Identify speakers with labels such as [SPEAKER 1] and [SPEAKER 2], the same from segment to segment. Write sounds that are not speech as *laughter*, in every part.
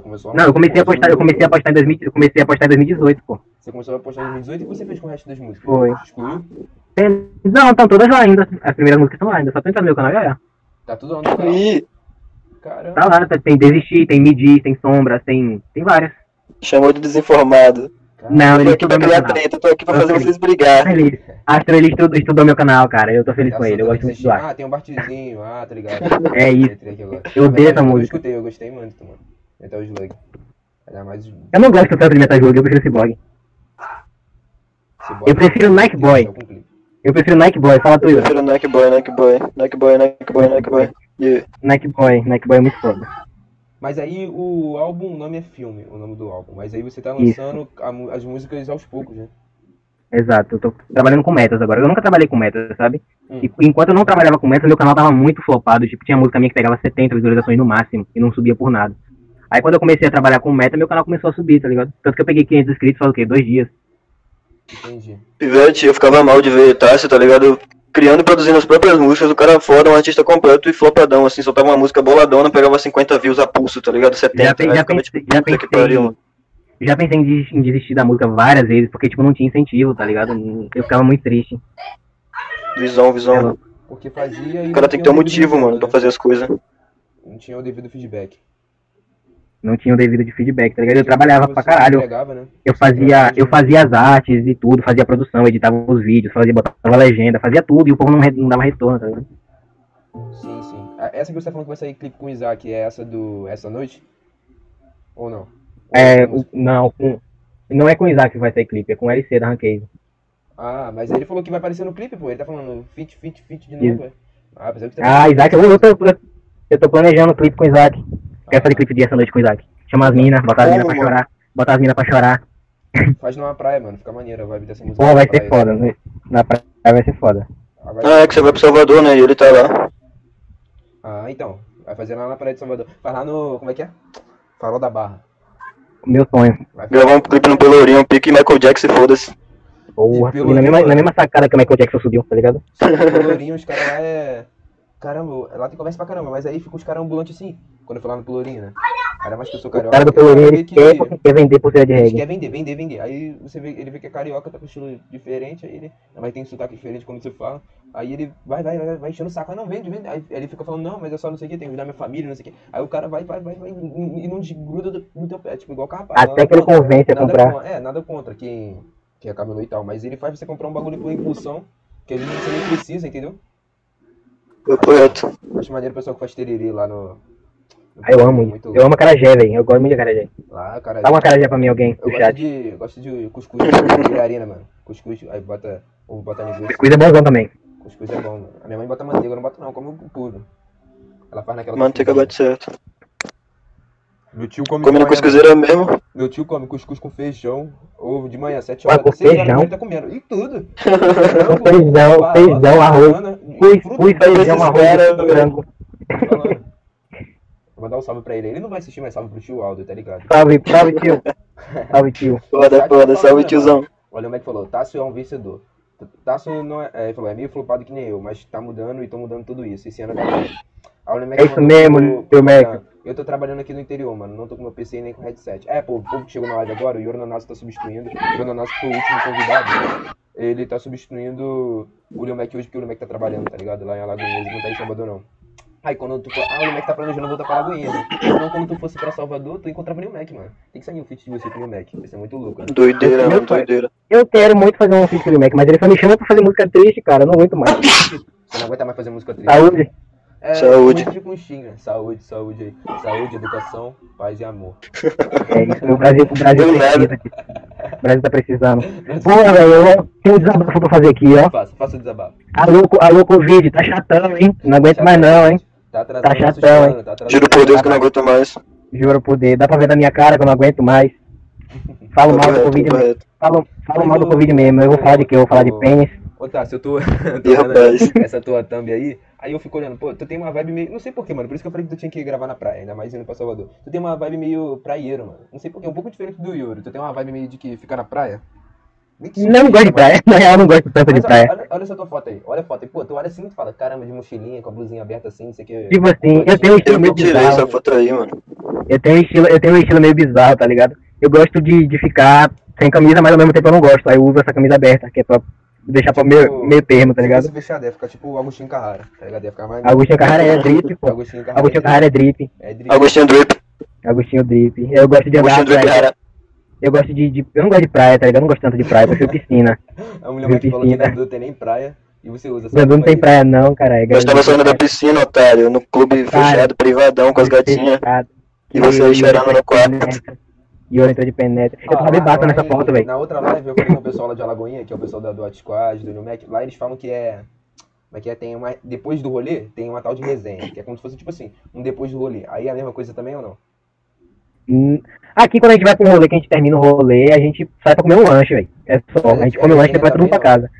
[SPEAKER 1] começou a
[SPEAKER 2] Não, eu comecei a postar, eu comecei a postar em 2000, eu comecei a postar em 2018, pô.
[SPEAKER 1] Você começou a postar em 2018 e você fez com o resto das músicas?
[SPEAKER 2] Foi.
[SPEAKER 1] Excluiu?
[SPEAKER 2] Tem- Não, estão todas lá ainda. As primeiras músicas estão lá ainda. Só tu entrar no meu canal e olhar.
[SPEAKER 1] Tá tudo onde tá?
[SPEAKER 3] Ih,
[SPEAKER 1] Caramba.
[SPEAKER 2] Tá lá, tá- tem desistir, tem medir, tem sombra, tem. Tem várias.
[SPEAKER 3] chamou de desinformado.
[SPEAKER 2] Não,
[SPEAKER 3] Eu tô
[SPEAKER 2] ele
[SPEAKER 3] aqui pra
[SPEAKER 2] estudou meu
[SPEAKER 3] criar
[SPEAKER 2] canal.
[SPEAKER 3] treta, tô aqui pra
[SPEAKER 2] Eu
[SPEAKER 3] fazer
[SPEAKER 2] sei.
[SPEAKER 3] vocês brigar.
[SPEAKER 2] Feliz. Astro, ele estu- estudou meu canal, cara. Eu tô feliz
[SPEAKER 1] Tá
[SPEAKER 2] com ele, eu
[SPEAKER 1] soltando
[SPEAKER 2] gosto muito
[SPEAKER 1] esses-
[SPEAKER 2] do
[SPEAKER 3] é
[SPEAKER 2] Astro.
[SPEAKER 1] Ah, tem um Bartzinho, ah, tá ligado.
[SPEAKER 2] *laughs* É isso.
[SPEAKER 1] Entrei aqui agora.
[SPEAKER 2] Eu odeio essa
[SPEAKER 1] Eu
[SPEAKER 2] música.
[SPEAKER 1] escutei, eu gostei muito, mano. Metal Slug. Era mais esse
[SPEAKER 2] Eu não gosto tanto de Metal Slug, eu prefiro Cyborg.
[SPEAKER 1] boy.
[SPEAKER 2] Eu prefiro Nike Boy.
[SPEAKER 1] Só com um clipe.
[SPEAKER 2] Eu prefiro Nike Boy, fala tu,
[SPEAKER 3] Eu
[SPEAKER 2] Yuri.
[SPEAKER 3] prefiro Neck Boy, Neck Boy, Neck Boy, Neck Boy, Neck Boy. Yeah.
[SPEAKER 2] Nike Boy, Nike Boy é muito foda.
[SPEAKER 1] Mas aí o álbum, o nome é filme, o nome do álbum. Mas aí você tá
[SPEAKER 2] Isso.
[SPEAKER 1] lançando a mu- as músicas aos poucos, né?
[SPEAKER 2] Exato, eu tô trabalhando com metas agora. Eu nunca trabalhei com metas, sabe?
[SPEAKER 1] Hum.
[SPEAKER 2] E enquanto eu não trabalhava com metas, meu canal tava muito flopado. Tipo, tinha música minha que pegava 70 visualizações no máximo e não subia por nada. Aí quando eu comecei a trabalhar com meta, meu canal começou a subir, tá ligado? Tanto que eu peguei 500 inscritos faz o quê? Dois dias.
[SPEAKER 1] Entendi.
[SPEAKER 3] Pivete, eu ficava mal de ver Tassi, tá ligado? Criando e produzindo as próprias músicas, o cara é foda, um artista completo e flopadão, assim, soltava uma música boladona, pegava 50 views a pulso, tá ligado? 70,
[SPEAKER 2] Já, pe-
[SPEAKER 3] aí
[SPEAKER 2] já,
[SPEAKER 3] ficava
[SPEAKER 2] pensei, já
[SPEAKER 3] puta que
[SPEAKER 2] pensei
[SPEAKER 3] pariu.
[SPEAKER 2] em- já pensei em des- em desistir da música várias vezes, porque, tipo, não tinha incentivo, tá ligado? Eu ficava muito triste.
[SPEAKER 3] Visão, visão.
[SPEAKER 2] Ela-
[SPEAKER 1] Porque fazia e.
[SPEAKER 3] O
[SPEAKER 1] não
[SPEAKER 3] cara tem que
[SPEAKER 1] tinha
[SPEAKER 3] ter um
[SPEAKER 1] o devido
[SPEAKER 3] motivo, mano, pra
[SPEAKER 1] feedback,
[SPEAKER 3] fazer as coisas.
[SPEAKER 1] né? Não tinha o devido feedback.
[SPEAKER 2] Não tinha o devido de feedback, tá ligado? Eu trabalhava pra
[SPEAKER 1] Você
[SPEAKER 2] caralho.
[SPEAKER 1] entregava, né?
[SPEAKER 2] Eu fazia, eu fazia as artes e tudo, fazia produção, editava os vídeos, fazia, botava legenda, fazia tudo e o povo não, re- não dava retorno, tá ligado?
[SPEAKER 1] Sim, sim. Ah, Essa que você tá falando que vai sair clipe com o Isaac, é essa do. Essa noite? Ou não?
[SPEAKER 2] É, o- não, com- não é com o Isaac que vai sair clipe, é com o LC da Rancage.
[SPEAKER 1] Ah, mas ele falou que vai aparecer no clipe, pô. Ele tá falando fit, fit, fit de
[SPEAKER 2] Isso.
[SPEAKER 1] novo. é. Ah, apesar que tá
[SPEAKER 2] Ah, Isaac, eu, eu, tô, eu tô planejando o clipe com o Isaac. Quero fazer clipe de essa noite com o Isaac. Chama
[SPEAKER 1] Tá.
[SPEAKER 2] as minas, botar as minas pra chorar, botar as minas pra chorar.
[SPEAKER 1] Faz numa praia, mano. Fica maneiro a vibe dessa música.
[SPEAKER 2] Pô, vai
[SPEAKER 1] na
[SPEAKER 2] ser
[SPEAKER 1] praia.
[SPEAKER 2] foda, né? na praia vai ser foda.
[SPEAKER 1] Ah, vai-
[SPEAKER 3] Ah, é que você vai pro Salvador, né? E ele tá lá.
[SPEAKER 1] Ah, então. Vai fazer lá na Praia de Salvador. Vai lá no. Como é que é? Farol da Barra.
[SPEAKER 2] Meu sonho.
[SPEAKER 1] Vai
[SPEAKER 3] Gravar um clipe no Pelourinho, pique Michael Jackson, foda-se.
[SPEAKER 2] Porra,
[SPEAKER 1] pelo-
[SPEAKER 2] e na mesma, na mesma sacada que o Michael Jackson subiu, tá ligado?
[SPEAKER 1] Pelourinho, os caras lá é. Caramba, lá tem conversa pra caramba, mas aí ficam os caras ambulantes assim, quando eu falar no Pelourinho, né? Ainda mais que eu sou
[SPEAKER 2] O
[SPEAKER 1] carioca.
[SPEAKER 2] cara do
[SPEAKER 1] eu
[SPEAKER 2] Pelourinho,
[SPEAKER 1] sabia
[SPEAKER 2] ele
[SPEAKER 1] que-
[SPEAKER 2] quer, quer vender pulseira de
[SPEAKER 1] Ele
[SPEAKER 2] reggae.
[SPEAKER 1] quer vender, vender, vender. Aí você vê, ele vê que é carioca, tá com estilo diferente, aí ele. Mas tem sotaque diferente quando você fala. Aí ele vai, vai, vai, vai enchendo o saco, ah, não, vende, vende. Aí ele fica falando, não, mas eu só não sei o que, tenho que ajudar minha família, não sei o que. Aí o cara vai, vai, vai, vai, e não desgruda do, do teu pé, tipo, igual carpado.
[SPEAKER 2] Até que ele convence a
[SPEAKER 1] Nada
[SPEAKER 2] comprar.
[SPEAKER 1] con- é, nada contra quem, quem é camelô e tal, mas ele faz você comprar um bagulho por impulsão, que às vezes você nem precisa, entendeu?
[SPEAKER 3] Papo reto.
[SPEAKER 1] Acho maneiro o pessoal que faz tererê lá no. no
[SPEAKER 2] Ah, eu amo isso.
[SPEAKER 1] muito
[SPEAKER 2] Eu amo acarajé, velho. Eu gosto muito de acarajé.
[SPEAKER 1] Lá, cara. é
[SPEAKER 2] Dá uma acarajé pra mim, alguém,
[SPEAKER 1] Eu
[SPEAKER 2] do
[SPEAKER 1] gosto
[SPEAKER 2] chat.
[SPEAKER 1] de, gosto de cuscuz de arena, mano. Cuscuz, aí bota ovo, bota linguiça.
[SPEAKER 2] Cuida bonzão também.
[SPEAKER 1] Cuscuz é bom, mano. A minha mãe bota manteiga, eu não boto não, eu como puro. Ela faz naquela.
[SPEAKER 3] Manteiga
[SPEAKER 1] confusão.
[SPEAKER 3] bate certo.
[SPEAKER 1] Meu tio come. de manhã,
[SPEAKER 3] Comendo com
[SPEAKER 1] mano.
[SPEAKER 3] escuseira é mesmo.
[SPEAKER 1] Meu tio come cuscuz com feijão, ovo de manhã, 7
[SPEAKER 2] Ué,
[SPEAKER 1] horas.
[SPEAKER 2] com
[SPEAKER 1] 6 horas da
[SPEAKER 2] feijão?
[SPEAKER 1] manhã ele tá comendo. E tudo.
[SPEAKER 3] *laughs*
[SPEAKER 2] Com feijão,
[SPEAKER 1] Batata,
[SPEAKER 2] feijão, arroz.
[SPEAKER 1] banana, e fruta.
[SPEAKER 2] Cuscuz, feijão,
[SPEAKER 3] esses
[SPEAKER 2] arroz,
[SPEAKER 3] caras,
[SPEAKER 2] e frango.
[SPEAKER 1] Falando. Vou mandar um salve pra ele. Ele não vai assistir, mas salve pro tio Aldo, tá ligado?
[SPEAKER 2] Salve, salve, tio. Salve, tio.
[SPEAKER 3] Foda, foda,
[SPEAKER 2] né?
[SPEAKER 3] salve tiozão.
[SPEAKER 1] Olha o Mac falou, Tássio é um vencedor. Tássio não é, é, ele falou, é meio flopado que nem eu, mas tá mudando e tô mudando tudo isso. Esse ano é vai bem. Aí o Mac
[SPEAKER 2] É isso
[SPEAKER 1] mandou,
[SPEAKER 2] mesmo, tio Mac.
[SPEAKER 1] "Ah, Eu tô trabalhando aqui no interior, mano. Não tô com meu PC e nem com headset. É, pô, o povo que chegou na live agora, o Yoro Nanasso tá substituindo. O Yoro Nanasso foi o último convidado. Ele tá substituindo o Leo Mac hoje, porque o Leo Mac tá trabalhando, tá ligado? Lá em Alagoinhas, não tá em Salvador, não. Aí quando tu for... Ah, o Leo Mac tá planejando voltar pra Alagoinhas. né? Senão, quando tu fosse pra Salvador, tu encontrava o Leo Mac, mano. Tem que sair um feat de você com o Leo Mac. Vai ser muito louco, né?
[SPEAKER 3] Doideira, mano,
[SPEAKER 2] é-
[SPEAKER 3] doideira.
[SPEAKER 2] Eu quero muito fazer um feat com o Mac, mas ele só me chama pra fazer música triste, cara. Eu não aguento mais.
[SPEAKER 1] Você não aguenta mais fazer música triste.
[SPEAKER 2] Saúde.
[SPEAKER 1] É,
[SPEAKER 3] Saúde.
[SPEAKER 1] música de conchinha. Saúde, saúde aí. Saúde, educação, paz e amor.
[SPEAKER 2] É isso, o Brasil, o Brasil
[SPEAKER 3] Eu
[SPEAKER 2] precisa. O Brasil tá precisando. Porra, velho, eu tenho um desabafo pra fazer aqui, ó.
[SPEAKER 1] Faça, faça o desabafo.
[SPEAKER 2] Alô, co- alô, Covid, tá chatão, hein? Não aguento mais não, hein?
[SPEAKER 1] Tá atrasando
[SPEAKER 2] Tá
[SPEAKER 1] nossos
[SPEAKER 2] chatão,
[SPEAKER 1] planos, tá atrasando
[SPEAKER 3] Juro por Deus que eu não aguento mais.
[SPEAKER 2] Juro por Deus. Dá pra ver da minha cara que eu não aguento mais. Falo mal do
[SPEAKER 3] Papo
[SPEAKER 2] Covid né?
[SPEAKER 3] reto, papo
[SPEAKER 2] mesmo.
[SPEAKER 3] reto.
[SPEAKER 2] Falo, falo mal do Covid mesmo. Eu vou falar de quê? Eu vou falar de pênis.
[SPEAKER 1] Ô, tá, se eu tô, *laughs* tô
[SPEAKER 3] Ih, rapaz.
[SPEAKER 1] vendo essa tua thumb aí, aí eu fico olhando, pô, tu tem uma vibe meio. Não sei porquê, mano. Por isso que eu falei que tu tinha que gravar na praia, ainda mais indo pra Salvador. Tu tem uma vibe meio praieiro, mano. Não sei porquê, é um pouco diferente do Yoro. Tu tem uma vibe meio de que ficar na praia. Nem que
[SPEAKER 2] Não
[SPEAKER 1] seja,
[SPEAKER 2] gosto de
[SPEAKER 1] mas-
[SPEAKER 2] praia. *laughs* Na real, eu não gosto tanto de
[SPEAKER 1] Mas
[SPEAKER 2] praia.
[SPEAKER 1] olha, olha, olha essa tua foto aí, olha a foto aí. Pô, tu olha assim e tu fala, caramba, de mochilinha, com a blusinha aberta assim, não sei o que.
[SPEAKER 2] Tipo assim, eu tenho um estilo
[SPEAKER 3] Eu
[SPEAKER 2] meio
[SPEAKER 3] que tirei essa
[SPEAKER 2] bizarro.
[SPEAKER 3] foto aí, mano.
[SPEAKER 2] Eu tenho um estilo, eu tenho um estilo meio bizarro, tá ligado? Eu gosto de, de ficar sem camisa, mas ao mesmo tempo eu não gosto. Aí eu uso essa camisa aberta, que é pra deixar pra
[SPEAKER 3] Tipo
[SPEAKER 2] meio, meio termo, tá ligado?
[SPEAKER 1] Se fechar, deve ficar tipo o Agostinho Carrara, tá ligado? Ia ficar mais...
[SPEAKER 2] Agostinho Carrara é drip, pô.
[SPEAKER 1] Agostinho Carrara.
[SPEAKER 2] Agostinho Carrara é drip.
[SPEAKER 1] É drip.
[SPEAKER 3] Agostinho Drip.
[SPEAKER 2] Agostinho drip. Eu gosto de andar
[SPEAKER 3] Agostinho
[SPEAKER 2] na
[SPEAKER 3] Drip
[SPEAKER 2] praia.
[SPEAKER 3] era.
[SPEAKER 2] Eu gosto de, de- Eu não gosto de praia, tá ligado? Eu não gosto tanto de praia, eu prefiro
[SPEAKER 3] *laughs*
[SPEAKER 2] piscina.
[SPEAKER 1] A mulher mais que falou que
[SPEAKER 2] Piscina.
[SPEAKER 1] Nandu não tem nem praia e você usa essa
[SPEAKER 2] Gandu não
[SPEAKER 1] roupa aí.
[SPEAKER 2] tem praia não, É caralho.
[SPEAKER 3] Nós tava saindo da piscina, otário, no clube
[SPEAKER 2] Cara.
[SPEAKER 3] fechado, privadão, com as gatinhas. E você aí chorando no quarto.
[SPEAKER 2] E eu entrou de penetra. Eu
[SPEAKER 1] Ah,
[SPEAKER 2] tava bebato
[SPEAKER 1] lá
[SPEAKER 2] nessa
[SPEAKER 1] em-
[SPEAKER 2] foto, velho.
[SPEAKER 1] Na outra live eu falei com o pessoal lá de Alagoinha, que é o pessoal da, do Hot Squad, do New Mac, lá eles falam que é. Como é que é? Tem uma. Depois do rolê, tem uma tal de resenha, que é como se fosse tipo assim, um depois do rolê. Aí é a mesma coisa também ou não?
[SPEAKER 2] Hum, Aqui quando a gente vai pra um rolê, que a gente termina o rolê, a gente sai pra comer um lanche, velho. É só. A gente come um lanche e depois todo mundo pra casa.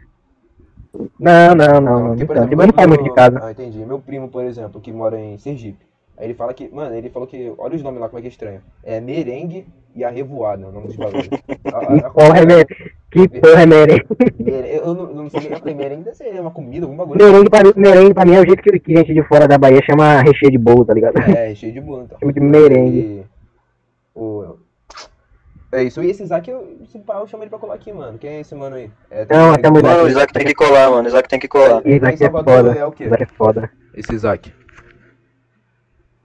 [SPEAKER 2] Não, não, não, não.
[SPEAKER 1] porque,
[SPEAKER 2] Então, tipo, eu não saio muito de casa.
[SPEAKER 1] Ah, entendi. Meu primo, por exemplo, que mora em Sergipe. Aí ele fala que. Mano, ele falou que. Olha os nomes lá como é que é estranho. É merengue e a revoada, o nome dos
[SPEAKER 2] *laughs*
[SPEAKER 1] bagulhos.
[SPEAKER 2] Que porra, é mere- Que porra é merengue?
[SPEAKER 1] Eu, eu não, eu não sei nem. Eu falei, merengue deve ser uma comida, algum bagulho.
[SPEAKER 2] Merengue pra, mim- merengue pra mim é o jeito que, que gente de fora da Bahia chama recheio de bolo, tá ligado?
[SPEAKER 1] É, cheio de bunda.
[SPEAKER 2] Chama de merengue.
[SPEAKER 1] E... o- É isso, e esse Isaac, eu, se pá, eu chamo ele pra colar aqui, mano. Quem é esse mano aí? É,
[SPEAKER 2] Não, até mudar.
[SPEAKER 3] Mano, o Isaac tem que colar, mano. O Isaac tem que colar.
[SPEAKER 1] Ele tá em
[SPEAKER 2] Isaac é
[SPEAKER 1] Salvador,
[SPEAKER 2] foda.
[SPEAKER 1] é o quê?
[SPEAKER 2] Isaac é foda.
[SPEAKER 1] Esse Isaac.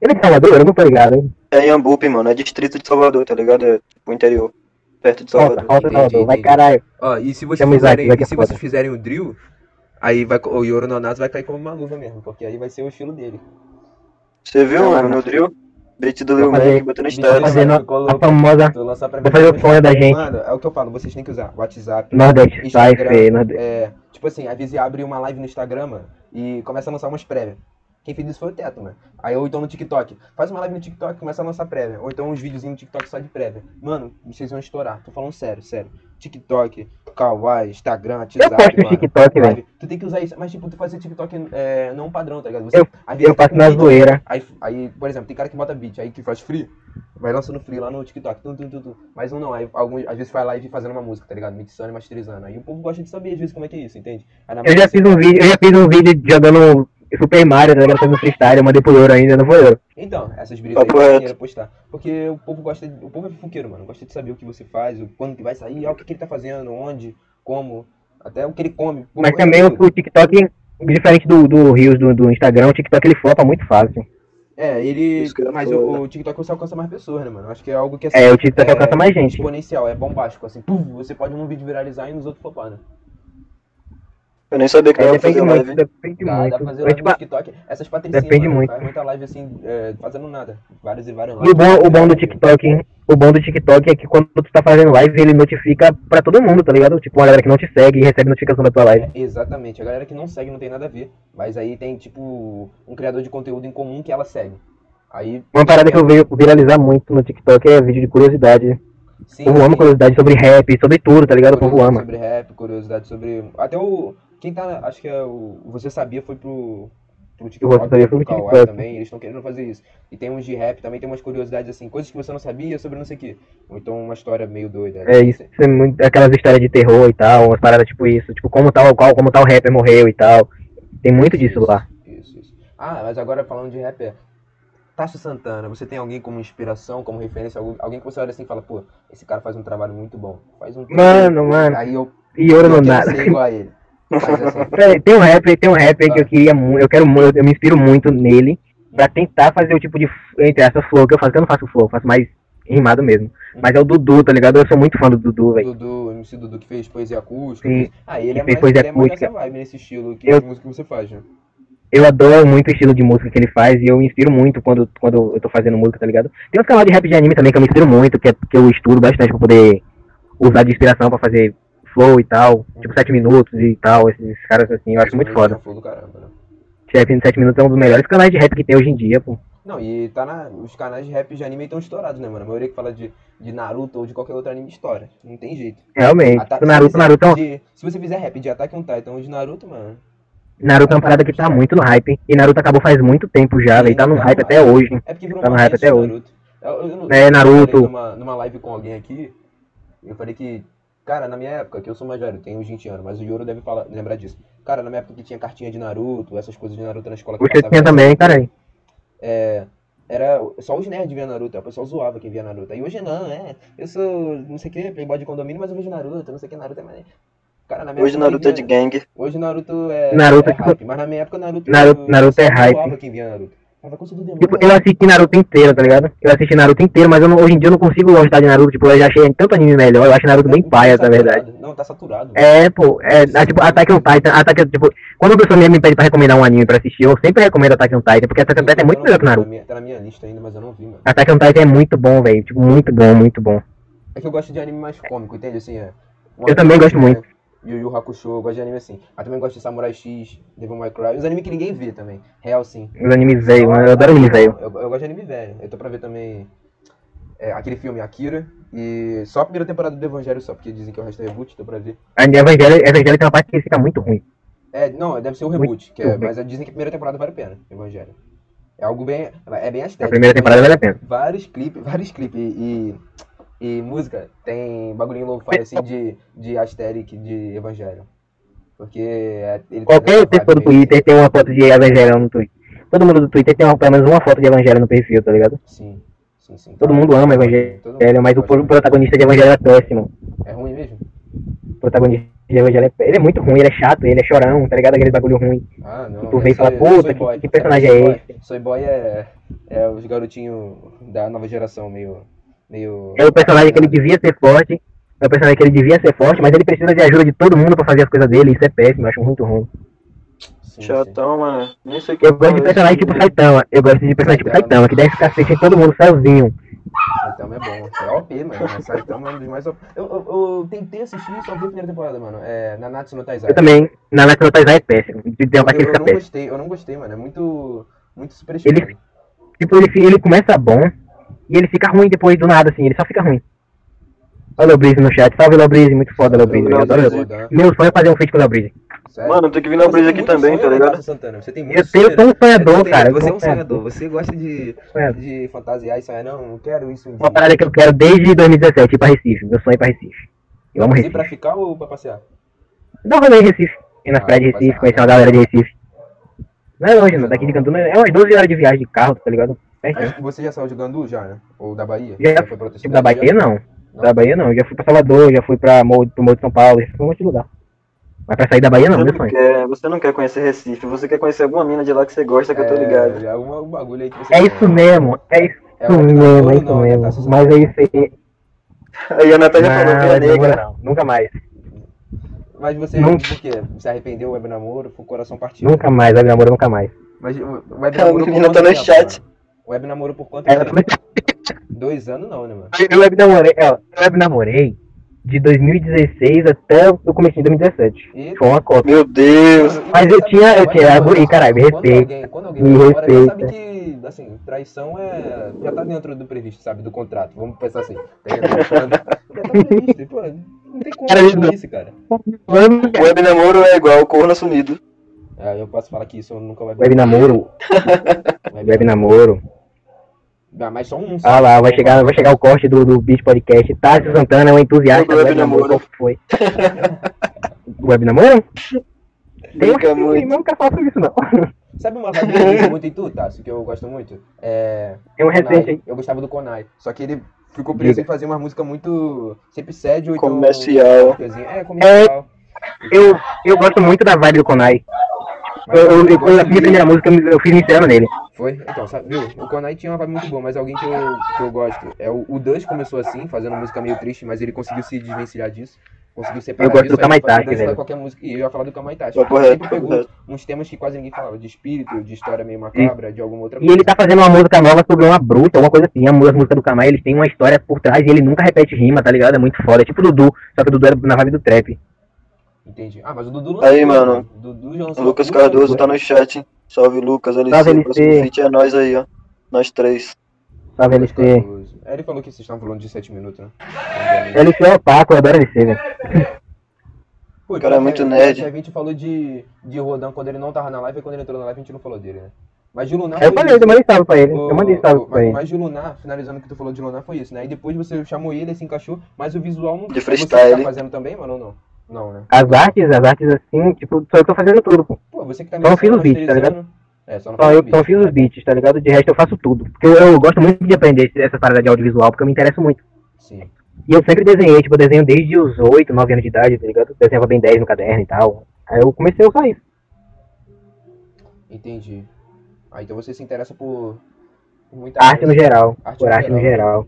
[SPEAKER 2] Ele é de Salvador? Eu não tô ligado. hein?
[SPEAKER 3] É Iambupe, mano. É distrito de Salvador, tá ligado? É tipo o interior. Perto de
[SPEAKER 2] Falta,
[SPEAKER 3] Salvador.
[SPEAKER 2] falta
[SPEAKER 1] entendi,
[SPEAKER 2] Salvador. Vai
[SPEAKER 1] entendi.
[SPEAKER 2] caralho.
[SPEAKER 1] Ó, e se vocês
[SPEAKER 2] Chama Isaac,
[SPEAKER 1] fizerem, e
[SPEAKER 2] Isaac é
[SPEAKER 1] se
[SPEAKER 2] foda.
[SPEAKER 1] vocês fizerem o drill, aí vai, o Yoro Nonato vai cair como uma luva mesmo, porque aí vai ser o estilo dele.
[SPEAKER 3] Você viu,
[SPEAKER 2] Não,
[SPEAKER 3] mano,
[SPEAKER 2] não.
[SPEAKER 3] no drill? Brit do Lil
[SPEAKER 2] Vou fazer-
[SPEAKER 3] Mac, botando
[SPEAKER 1] Vou
[SPEAKER 3] status.
[SPEAKER 1] fazer-
[SPEAKER 2] Fazendo
[SPEAKER 1] ficou
[SPEAKER 2] a
[SPEAKER 1] louco.
[SPEAKER 2] famosa
[SPEAKER 1] Vou Então, lançar pra
[SPEAKER 2] Ah, Vou fazer o sonho da gente.
[SPEAKER 1] Mano, é o que eu falo, vocês têm que usar WhatsApp,
[SPEAKER 2] Nordeste
[SPEAKER 1] Instagram,
[SPEAKER 2] Cypher. Nordeste.
[SPEAKER 1] É, tipo assim, às vezes abre uma live no Instagram mano, e começa a lançar umas prévias. Quem fez isso foi o Teto, mano. Aí ou então no TikTok. Faz uma live no TikTok e começa a lançar prévia. Ou então uns videozinhos no TikTok só de prévia. Mano, vocês vão estourar. Tô falando sério, sério. TikTok, Kawaii, Instagram,
[SPEAKER 2] Eu
[SPEAKER 1] WhatsApp,
[SPEAKER 2] posto no
[SPEAKER 1] mano.
[SPEAKER 2] TikTok, velho.
[SPEAKER 1] Live. Tu tem que usar isso. Mas tipo, tu fazer TikTok é, não padrão, tá ligado? às vezes,
[SPEAKER 2] Eu faço na
[SPEAKER 1] tem-
[SPEAKER 2] zoeira.
[SPEAKER 1] Aí, aí, por exemplo, tem cara que bota beat, aí que faz free, vai lançando free lá no TikTok, tum, tum, tum, tum. mas um não, aí alguns, às vezes faz live fazendo uma música, tá ligado? Mixando e masterizando. Aí o povo gosta de saber às vezes como é que é isso, entende? Aí, na
[SPEAKER 2] Eu já
[SPEAKER 1] música-
[SPEAKER 2] fiz um vídeo, eu já fiz um vídeo jogando Super Mario, tá ligado? Fazendo freestyle, eu mandei pro Euro ainda, não foi eu.
[SPEAKER 1] Então, essas
[SPEAKER 2] Tá
[SPEAKER 1] brigas aí
[SPEAKER 3] Papo
[SPEAKER 1] é
[SPEAKER 3] reto.
[SPEAKER 1] maneiro postar. Porque o povo gosta de, O povo é fofoqueiro, mano. Gosta de saber o que você faz, o- quando que vai sair, ó, o que, que ele tá fazendo, onde, como, até o que ele come.
[SPEAKER 2] Mas
[SPEAKER 1] Pô,
[SPEAKER 2] também
[SPEAKER 1] é
[SPEAKER 2] o,
[SPEAKER 1] tudo.
[SPEAKER 2] o TikTok, diferente do, do Rios do, do Instagram, o TikTok ele flopa muito fácil.
[SPEAKER 1] É, ele.
[SPEAKER 3] Isso que eu ia
[SPEAKER 1] Mas
[SPEAKER 3] falar.
[SPEAKER 1] o, o TikTok você alcança mais pessoas, né, mano? Eu Acho que é algo que assim,
[SPEAKER 2] É, o TikTok alcança mais gente.
[SPEAKER 1] exponencial, é bombástico, assim, puf, você pode num vídeo viralizar e nos outros flopar, né?
[SPEAKER 3] Eu nem sabia que
[SPEAKER 2] É,
[SPEAKER 3] eu ia
[SPEAKER 2] depende
[SPEAKER 3] fazer
[SPEAKER 2] muito,
[SPEAKER 3] live.
[SPEAKER 2] depende
[SPEAKER 1] Dá, dá pra fazer
[SPEAKER 2] muito. Mas,
[SPEAKER 1] live
[SPEAKER 2] tipo,
[SPEAKER 1] no TikTok. Essas patricinhas
[SPEAKER 2] depende
[SPEAKER 1] mano,
[SPEAKER 2] muito.
[SPEAKER 1] faz muita live assim, é, fazendo nada. Várias e várias
[SPEAKER 2] E
[SPEAKER 1] lives.
[SPEAKER 2] o bom, o bom do TikTok, o bom do TikTok é que quando tu tá fazendo live, ele notifica pra todo mundo, tá ligado? Tipo, uma galera que não te segue e recebe notificação da tua live.
[SPEAKER 1] É, exatamente. A galera que não segue não tem nada a ver. Mas aí tem, tipo, um criador de conteúdo em comum que ela segue. Aí.
[SPEAKER 2] Uma parada que eu vejo viralizar muito no TikTok é vídeo de curiosidade.
[SPEAKER 1] Sim,
[SPEAKER 2] O povo ama
[SPEAKER 1] sim,
[SPEAKER 2] curiosidade sobre rap, sobre tudo, tá ligado? O povo
[SPEAKER 1] curiosidade
[SPEAKER 2] ama.
[SPEAKER 1] sobre rap, curiosidade sobre. um, Até o. Quem tá. Acho que é o. Você sabia foi pro. Pro
[SPEAKER 2] Você Sabia foi pro
[SPEAKER 1] Kawaii
[SPEAKER 2] TikTok.
[SPEAKER 1] também, eles estão querendo fazer isso. E tem uns de rap também, tem umas curiosidades assim, coisas que você não sabia sobre não sei o quê. Ou então uma história meio doida. né?
[SPEAKER 2] É isso, é muito, aquelas histórias de terror e tal, umas paradas tipo isso, tipo como tal qual, como tal rapper morreu e tal. Tem muito disso lá.
[SPEAKER 1] Isso, isso. Ah, mas agora falando de rap, é. Tasso Santana, você tem alguém como inspiração, como referência? Algum- Alguém que você olha assim e fala, pô, esse cara faz um trabalho muito bom. Faz um.
[SPEAKER 2] Mano, mano,
[SPEAKER 1] Aí eu.
[SPEAKER 2] e ouro não
[SPEAKER 1] eu
[SPEAKER 2] dá.
[SPEAKER 1] quero ser igual a ele. Mas, assim,
[SPEAKER 2] *laughs* Peraí, Tem um rapper, tem um rapper que
[SPEAKER 1] Ah.
[SPEAKER 2] eu queria muito, eu quero muito, eu me inspiro muito nele pra tentar fazer o tipo de, entre essas flow que eu faço, que eu não faço flow, eu faço mais rimado mesmo. Mas é o Dudu, tá ligado? Eu sou muito fã do Dudu, velho.
[SPEAKER 1] Dudu, MC Dudu que fez poesia acústica.
[SPEAKER 2] Sim,
[SPEAKER 1] fez- Ah, ele
[SPEAKER 2] que
[SPEAKER 1] é mais,
[SPEAKER 2] fez poesia
[SPEAKER 1] ele é mais
[SPEAKER 2] acústica.
[SPEAKER 1] nessa vibe, nesse estilo que
[SPEAKER 2] Eu-
[SPEAKER 1] de música que você faz, né?
[SPEAKER 2] Eu adoro muito o estilo de música que ele faz e eu me inspiro muito quando, quando eu tô fazendo música, tá ligado? Tem uns canal de rap de anime também que eu me inspiro muito, que, é, que eu estudo bastante pra poder usar de inspiração pra fazer flow e tal, tipo 7 minutos e tal, esses caras assim, eu acho muito foda.
[SPEAKER 1] Fogo do caramba, né?
[SPEAKER 2] Chefe 7 minutos é um dos melhores canais de rap que tem hoje em dia, pô.
[SPEAKER 1] Não, e tá na. Os canais de rap de anime estão estourados, né, mano? A maioria que fala de, de Naruto ou de qualquer outro anime estoura. Não tem jeito.
[SPEAKER 2] Realmente.
[SPEAKER 1] Ata-
[SPEAKER 2] O Naruto,
[SPEAKER 1] se você-
[SPEAKER 2] Naruto, é um-
[SPEAKER 1] de- se você fizer rap de Attack on Titan ou de Naruto, mano.
[SPEAKER 2] Naruto é uma parada que tá muito no hype. E Naruto acabou faz muito tempo já, velho. Tá no hype até hoje.
[SPEAKER 1] É porque virou
[SPEAKER 2] Tá no
[SPEAKER 1] uma
[SPEAKER 2] hype
[SPEAKER 1] isso,
[SPEAKER 2] até hoje.
[SPEAKER 1] Naruto. Eu, eu não-
[SPEAKER 2] É,
[SPEAKER 1] eu
[SPEAKER 2] Naruto.
[SPEAKER 1] falei Numa, numa live com alguém aqui, eu falei que, cara, na minha época, que eu sou mais velho, tenho uns 20 anos, mas o Yoro deve falar, lembrar disso. Cara, na minha época que tinha cartinha de Naruto, essas coisas de Naruto na escola que
[SPEAKER 2] Você
[SPEAKER 1] passava
[SPEAKER 2] tinha
[SPEAKER 1] essa-
[SPEAKER 2] também, cara. aí.
[SPEAKER 1] É, era só os nerds via Naruto, o pessoal zoava quem via Naruto. E hoje não, é. Eu sou, não sei o que, playboy de condomínio, mas eu vejo Naruto, não sei o que, Naruto é maneiro. Cara, na minha
[SPEAKER 3] Hoje
[SPEAKER 1] época,
[SPEAKER 3] Naruto é de
[SPEAKER 1] ninguém-
[SPEAKER 3] gangue.
[SPEAKER 1] Hoje Naruto é.
[SPEAKER 2] Naruto
[SPEAKER 1] é
[SPEAKER 2] é tipo-
[SPEAKER 1] hype, mas na minha época Naruto.
[SPEAKER 2] Naruto- Naruto é
[SPEAKER 1] eu
[SPEAKER 2] hype.
[SPEAKER 1] zoava quem via Naruto. Tava coisa do demônio.
[SPEAKER 2] Tipo, eu assisti Naruto inteiro, tá ligado? Eu assisti Naruto inteiro, mas eu não- hoje em dia eu não consigo gostar de Naruto. Tipo, eu já achei tanto anime melhor, eu acho Naruto bem
[SPEAKER 1] Tá
[SPEAKER 2] paia, na
[SPEAKER 1] saturado.
[SPEAKER 2] verdade.
[SPEAKER 1] Não, tá saturado.
[SPEAKER 2] É, pô, é, é tipo, Attack on Titan, Attack on- tipo, quando a pessoa me- me pede pra recomendar um anime pra assistir, eu sempre recomendo Attack on Titan, porque Attack on Titan é muito melhor que
[SPEAKER 1] Tá na
[SPEAKER 2] Naruto.
[SPEAKER 1] minha- Tá na minha lista ainda, mas eu não vi, mano.
[SPEAKER 2] Attack on Titan é muito bom, velho, tipo, muito bom, muito bom.
[SPEAKER 1] É que eu gosto de anime mais cômico, entende? Assim, é.
[SPEAKER 2] Eu também gosto muito.
[SPEAKER 1] Yu Yu Hakusho, eu gosto de anime assim. Mas também gosto de Samurai X, Devil May Cry, os animes que ninguém vê também. Hell, sim.
[SPEAKER 2] Os animes velho, mano, eu adoro anime velho.
[SPEAKER 1] Eu, eu gosto de anime velho. Eu tô pra ver também é, aquele filme Akira e só a primeira temporada do Evangelho só, porque dizem que o resto é reboot, tô pra ver.
[SPEAKER 2] Anime Evangelho, Evangelho tem uma parte que fica muito ruim.
[SPEAKER 1] É, não, deve ser o reboot, que é,
[SPEAKER 2] Muito bem.
[SPEAKER 1] mas dizem que a primeira temporada vale a pena, Evangelho. É algo bem. É bem estético.
[SPEAKER 2] A primeira temporada vale a pena.
[SPEAKER 1] vários clipes, vários clipes e, e música tem bagulhinho lo-fi assim de, de Asterix de Evangelho. Porque é- ele
[SPEAKER 2] Qualquer
[SPEAKER 1] tem essa
[SPEAKER 2] pessoa do
[SPEAKER 1] vibe meio-
[SPEAKER 2] Twitter tem uma foto de Evangelho no Twitter. Todo mundo do Twitter tem uma- pelo menos uma foto de Evangelho no perfil, tá ligado?
[SPEAKER 1] Sim, sim, sim.
[SPEAKER 2] Todo mundo ama Evangelho, é
[SPEAKER 1] Todo mundo
[SPEAKER 2] mas o
[SPEAKER 1] gosta.
[SPEAKER 2] pro- protagonista de Evangelho é péssimo.
[SPEAKER 1] É ruim mesmo?
[SPEAKER 2] O protagonista de Evangelho é pé- ele é muito ruim, ele é chato, ele é chorão, tá ligado? Aquele bagulho ruim.
[SPEAKER 1] Ah, não.
[SPEAKER 2] E tu
[SPEAKER 1] eu
[SPEAKER 2] Tipo, vem e
[SPEAKER 1] sou-
[SPEAKER 2] fala,
[SPEAKER 1] eu
[SPEAKER 2] puta,
[SPEAKER 1] sou
[SPEAKER 2] que-
[SPEAKER 1] boy.
[SPEAKER 2] que personagem
[SPEAKER 1] Soy
[SPEAKER 2] é
[SPEAKER 1] boy- Soy boy é, é os garotinhos da nova geração, meio. meio...
[SPEAKER 2] É o personagem que ele devia ser forte, é o personagem que ele devia ser forte, mas ele precisa de ajuda de todo mundo pra fazer as coisas dele, isso é péssimo, eu acho muito ruim.
[SPEAKER 1] Sim, sim.
[SPEAKER 3] Chatão, mano. Nem sei que
[SPEAKER 2] Eu gosto de personagem tipo Saitama, eu gosto de personagem tipo Saitama, que desce cacete em todo mundo sozinho.
[SPEAKER 1] Saitama é bom. É OP, mano. Mas Saitama é um dos mais OP. Eu, eu, eu tentei assistir só vi a primeira temporada, mano. É Nanatsu no Taizai.
[SPEAKER 2] Eu também, na National Taizai é péssimo, tem
[SPEAKER 1] Eu,
[SPEAKER 2] uma parte que ele
[SPEAKER 1] eu
[SPEAKER 2] fica
[SPEAKER 1] não
[SPEAKER 2] péssimo.
[SPEAKER 1] gostei, eu não gostei, mano. É muito, muito superestimado.
[SPEAKER 2] Ele- Tipo, ele, fi- ele começa bom e ele fica ruim depois do nada, assim, ele só fica ruim. Olha o Leobrise no chat, salve Leobrise, muito foda Leobrise, eu adoro Leobrise. Meu sonho é fazer um feat com o Leobrise.
[SPEAKER 1] tá? Sério?
[SPEAKER 3] Mano, tem que vir na
[SPEAKER 1] Você
[SPEAKER 3] brisa
[SPEAKER 1] tem
[SPEAKER 3] aqui
[SPEAKER 1] muito
[SPEAKER 3] também,
[SPEAKER 1] sonho,
[SPEAKER 3] tá ligado?
[SPEAKER 1] Renato Santana. Você tem muito
[SPEAKER 2] Eu tenho
[SPEAKER 1] sonho,
[SPEAKER 2] como
[SPEAKER 1] Renato.
[SPEAKER 2] sonhador,
[SPEAKER 1] Você
[SPEAKER 2] cara. eu
[SPEAKER 1] Você é
[SPEAKER 2] sou
[SPEAKER 1] um
[SPEAKER 2] um sonhador. um
[SPEAKER 1] sonhador. Você gosta de,
[SPEAKER 2] Sonhador.
[SPEAKER 1] de fantasiar e sonhar. Não, eu quero isso um
[SPEAKER 2] Uma
[SPEAKER 1] dia.
[SPEAKER 2] parada que eu quero desde 2017, ir pra Recife. Meu sonho é ir pra Recife. Eu amo
[SPEAKER 1] Mas e pra
[SPEAKER 2] Recife.
[SPEAKER 1] ficar ou pra passear?
[SPEAKER 2] Dá um rolê em Recife. Ir nas
[SPEAKER 1] Ah,
[SPEAKER 2] praias de
[SPEAKER 1] vai
[SPEAKER 2] Recife,
[SPEAKER 1] ser
[SPEAKER 2] conhecer uma
[SPEAKER 1] nada.
[SPEAKER 2] galera de Recife. Não é longe, não. Daqui de
[SPEAKER 1] Não.
[SPEAKER 2] Cantuna é umas 12 horas de viagem de carro, tá ligado? Pertinho.
[SPEAKER 1] Mas Você já saiu de Gandu já, né? Ou da Bahia?
[SPEAKER 2] Já,
[SPEAKER 1] foi pra outra
[SPEAKER 2] Tipo, da
[SPEAKER 1] cidade já?
[SPEAKER 2] Bahia não.
[SPEAKER 1] Não.
[SPEAKER 2] Da Bahia não. Eu já fui pra Salvador, já fui pra Morro, pro Morro de São Paulo, já fui pra um monte de lugar. Mas pra sair da Bahia não,
[SPEAKER 3] Você
[SPEAKER 2] meu
[SPEAKER 3] não,
[SPEAKER 2] sonho.
[SPEAKER 3] quer, você não quer conhecer Recife, você quer conhecer alguma mina de lá que você gosta, que eu tô ligado.
[SPEAKER 1] É, é um, um bagulho aí que você
[SPEAKER 2] É
[SPEAKER 1] quer.
[SPEAKER 2] isso mesmo, é isso
[SPEAKER 1] É o Renato
[SPEAKER 2] mesmo, é
[SPEAKER 1] ou
[SPEAKER 2] isso
[SPEAKER 1] não, Renato
[SPEAKER 2] mesmo.
[SPEAKER 1] Santana?
[SPEAKER 2] Mas é isso aí.
[SPEAKER 3] Aí a Natália falou que
[SPEAKER 2] Não,
[SPEAKER 3] é
[SPEAKER 2] é
[SPEAKER 3] negra.
[SPEAKER 2] nunca não. Nunca mais.
[SPEAKER 1] Mas você,
[SPEAKER 2] Não.
[SPEAKER 1] por quê? Se arrependeu, web namoro, foi o coração partido.
[SPEAKER 2] Nunca mais, web namoro nunca mais.
[SPEAKER 1] Mas o o web
[SPEAKER 3] Cara,
[SPEAKER 1] namoro
[SPEAKER 3] o
[SPEAKER 1] por
[SPEAKER 3] menino
[SPEAKER 1] quanto
[SPEAKER 3] tá no
[SPEAKER 1] tempo,
[SPEAKER 3] chat.
[SPEAKER 1] mano? Web namoro por quanto
[SPEAKER 2] É,
[SPEAKER 1] tempo?
[SPEAKER 2] mas
[SPEAKER 1] Dois anos não, né, mano?
[SPEAKER 2] Eu web namorei, ó, eu web namorei de 2016 até o começo de 2017.
[SPEAKER 1] E...
[SPEAKER 2] Foi uma cota.
[SPEAKER 3] Meu Deus.
[SPEAKER 2] Mas eu tinha- eu tinha- e, caralho,
[SPEAKER 1] Quando
[SPEAKER 2] me
[SPEAKER 1] alguém,
[SPEAKER 2] respeita.
[SPEAKER 1] quando alguém
[SPEAKER 2] Me
[SPEAKER 1] namora, já sabe
[SPEAKER 2] respeita.
[SPEAKER 1] que, assim, traição é... Já tá dentro do previsto, sabe? Do contrato. Vamos pensar
[SPEAKER 2] *laughs*
[SPEAKER 1] assim. Tá ligado? já tá previsto. Pô, não tem como
[SPEAKER 2] Cara,
[SPEAKER 1] falar
[SPEAKER 2] isso-
[SPEAKER 1] isso, cara.
[SPEAKER 3] Web namoro é igual corno assumido.
[SPEAKER 1] Ah, eu posso falar que isso nunca vai...
[SPEAKER 2] Web namoro,
[SPEAKER 1] Web
[SPEAKER 2] web namoro.
[SPEAKER 1] Ah, mas só um. só.
[SPEAKER 2] Ah lá, vai chegar, vai chegar o corte do, do Beat Podcast. Tássio Santana é um entusiasta do
[SPEAKER 3] Web
[SPEAKER 2] web namoro.
[SPEAKER 3] namoro.
[SPEAKER 2] Qual foi? web namoro? Tem
[SPEAKER 3] Brinca
[SPEAKER 2] um
[SPEAKER 3] muito.
[SPEAKER 2] eu nunca faço isso não.
[SPEAKER 1] Sabe uma vibe que eu gosto muito em tu, Tássio, que eu gosto muito?
[SPEAKER 2] *laughs*
[SPEAKER 1] É...
[SPEAKER 2] Tem um
[SPEAKER 1] Konai.
[SPEAKER 2] recente aí.
[SPEAKER 1] Eu gostava do Konai. Só que ele ficou preso
[SPEAKER 2] Diga.
[SPEAKER 1] em fazer uma música muito... Sempre sede ou então...
[SPEAKER 3] Comercial.
[SPEAKER 1] É, comercial.
[SPEAKER 2] Eu, eu gosto muito da vibe do Konai. Eu,
[SPEAKER 1] Mas
[SPEAKER 2] eu, eu,
[SPEAKER 1] gosto
[SPEAKER 2] eu, a minha
[SPEAKER 1] dele.
[SPEAKER 2] primeira música eu eu fiz me ensinando nele.
[SPEAKER 1] Foi? Então, sabe, viu? O Konai tinha uma vibe muito boa, mas alguém que eu, que eu gosto. É, o, o Dush começou assim, fazendo música meio triste, mas ele conseguiu se desvencilhar disso. Conseguiu separar
[SPEAKER 2] Eu gosto
[SPEAKER 1] disso, aí
[SPEAKER 2] do
[SPEAKER 1] ele
[SPEAKER 2] Kamaitachi,
[SPEAKER 1] fazia
[SPEAKER 2] velho.
[SPEAKER 1] qualquer música. E eu ia falar do Kamaitachi.
[SPEAKER 3] Papo reto,
[SPEAKER 1] Sempre
[SPEAKER 3] papo
[SPEAKER 1] pegou
[SPEAKER 3] reto.
[SPEAKER 1] uns temas que quase ninguém falava, de espírito, de história meio macabra, de alguma outra
[SPEAKER 2] E ele tá fazendo uma música nova sobre uma bruta, uma coisa assim. A mu- As músicas do Kamai, eles têm uma história por trás e ele nunca repete rima, tá ligado? É muito foda. É tipo o Dudu, só que o Dudu era na vibe do trap.
[SPEAKER 1] Entendi. Ah, mas o Dudu
[SPEAKER 3] Aí,
[SPEAKER 1] lançou,
[SPEAKER 3] mano.
[SPEAKER 1] né? Dudu já
[SPEAKER 3] O
[SPEAKER 1] lançou
[SPEAKER 3] Lucas
[SPEAKER 1] música,
[SPEAKER 3] Cardoso
[SPEAKER 1] né?
[SPEAKER 3] tá no chat, hein? Salve Lucas, LC.
[SPEAKER 2] Salve, LC.
[SPEAKER 3] Próximo feat é nós aí, ó. Nós três.
[SPEAKER 2] Sabe,
[SPEAKER 1] Lucas
[SPEAKER 2] LC.
[SPEAKER 1] Cardoso. É, ele falou que vocês estavam falando de 7 minutos, né?
[SPEAKER 2] LC é opaco, eu adoro LC, velho.
[SPEAKER 1] Pô,
[SPEAKER 3] cara é muito nerd.
[SPEAKER 1] A gente falou de, de Rodan quando ele não tava na live e quando ele entrou na live a gente não falou dele, né? Mas de
[SPEAKER 3] É,
[SPEAKER 1] Lunar.
[SPEAKER 2] Aí Eu
[SPEAKER 1] foi
[SPEAKER 2] falei, eu
[SPEAKER 1] isso.
[SPEAKER 2] mandei salve pra ele. Eu
[SPEAKER 1] Ô,
[SPEAKER 2] mandei salve
[SPEAKER 1] ô,
[SPEAKER 2] pra
[SPEAKER 1] mas,
[SPEAKER 2] ele.
[SPEAKER 1] mas de Lunar, finalizando o que tu falou de Lunar, foi isso, né? E depois você chamou ele, ele se encaixou, mas o visual não.
[SPEAKER 3] De
[SPEAKER 1] Você que
[SPEAKER 3] freestyle.
[SPEAKER 1] tá fazendo também, mano, ou não? Não, né?
[SPEAKER 2] As artes, as artes assim, tipo, só eu tô fazendo tudo, pô.
[SPEAKER 1] Pô, você que tá
[SPEAKER 2] Então eu fiz o
[SPEAKER 1] mixando,
[SPEAKER 2] vídeo, tá
[SPEAKER 1] masterizando. É, só não
[SPEAKER 2] Só
[SPEAKER 1] faz
[SPEAKER 2] eu
[SPEAKER 1] beat.
[SPEAKER 2] só fiz os beats, tá ligado? De resto eu faço tudo. Porque eu, eu gosto muito de aprender esse- essa parada de audiovisual, porque eu me interesso muito.
[SPEAKER 1] Sim.
[SPEAKER 2] E eu sempre desenhei, tipo, eu desenho desde os 8, 9 anos de idade, tá ligado? Desenhava bem 10 no caderno e tal. Aí eu comecei a usar isso.
[SPEAKER 1] Entendi. Ah, então você se interessa por, por muita
[SPEAKER 2] Arte no
[SPEAKER 1] coisa.
[SPEAKER 2] geral.
[SPEAKER 1] Tá. Arte
[SPEAKER 2] por
[SPEAKER 1] no
[SPEAKER 2] arte no
[SPEAKER 1] geral.
[SPEAKER 2] geral.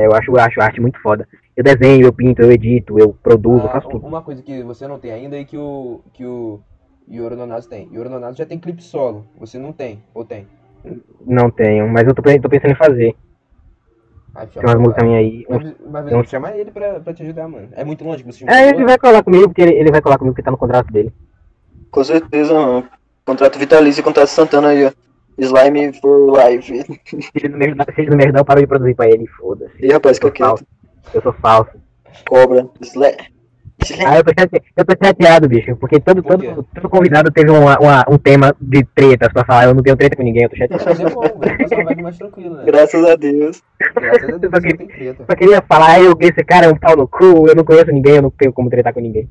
[SPEAKER 2] É, eu acho, eu acho arte muito foda. Eu desenho, eu pinto, eu edito, eu produzo, eu
[SPEAKER 1] Ah,
[SPEAKER 2] faço
[SPEAKER 1] um-
[SPEAKER 2] tudo.
[SPEAKER 1] uma coisa que você não tem ainda e que o que o Yoro Nonazo tem. Yoro Nonazo já tem clipe solo. Você não tem, ou tem?
[SPEAKER 2] Não tenho, mas eu tô, pe- tô pensando em fazer.
[SPEAKER 1] Ah,
[SPEAKER 2] Tem umas
[SPEAKER 1] chama-
[SPEAKER 2] músicas minhas aí.
[SPEAKER 1] Mas, mas
[SPEAKER 2] tem um-
[SPEAKER 1] chama ele pra, pra te ajudar, mano. É muito longe que você
[SPEAKER 2] É, ele vai colar comigo, porque ele, ele vai colar comigo porque tá no contrato dele.
[SPEAKER 3] Com certeza, mano. Contrato vitalício e contrato Santana aí, ó. Slime for life.
[SPEAKER 2] Se ele não me ajudar, se ele não me ajudar eu paro de produzir pra ele, foda-se.
[SPEAKER 3] Ih, rapaz, que eu
[SPEAKER 2] Eu sou
[SPEAKER 3] quero.
[SPEAKER 2] falso. Eu sou falso.
[SPEAKER 3] Cobra. Sla... Sla...
[SPEAKER 2] Ah, eu tô, chate... eu tô chateado, bicho, porque todo,
[SPEAKER 1] Por quê?
[SPEAKER 2] todo, todo convidado teve uma, uma- um tema de tretas pra falar. Eu não tenho treta com ninguém, eu tô chateado.
[SPEAKER 1] Mas é bom, velho. Mas é uma vibe mais
[SPEAKER 3] *laughs*
[SPEAKER 1] tranquila, né?
[SPEAKER 3] Graças a Deus.
[SPEAKER 1] Graças a Deus
[SPEAKER 2] Só que-
[SPEAKER 1] não tem treta.
[SPEAKER 2] Só queria falar, aí eu esse cara é um pau no cu, eu não conheço ninguém, eu não tenho como tretar com ninguém.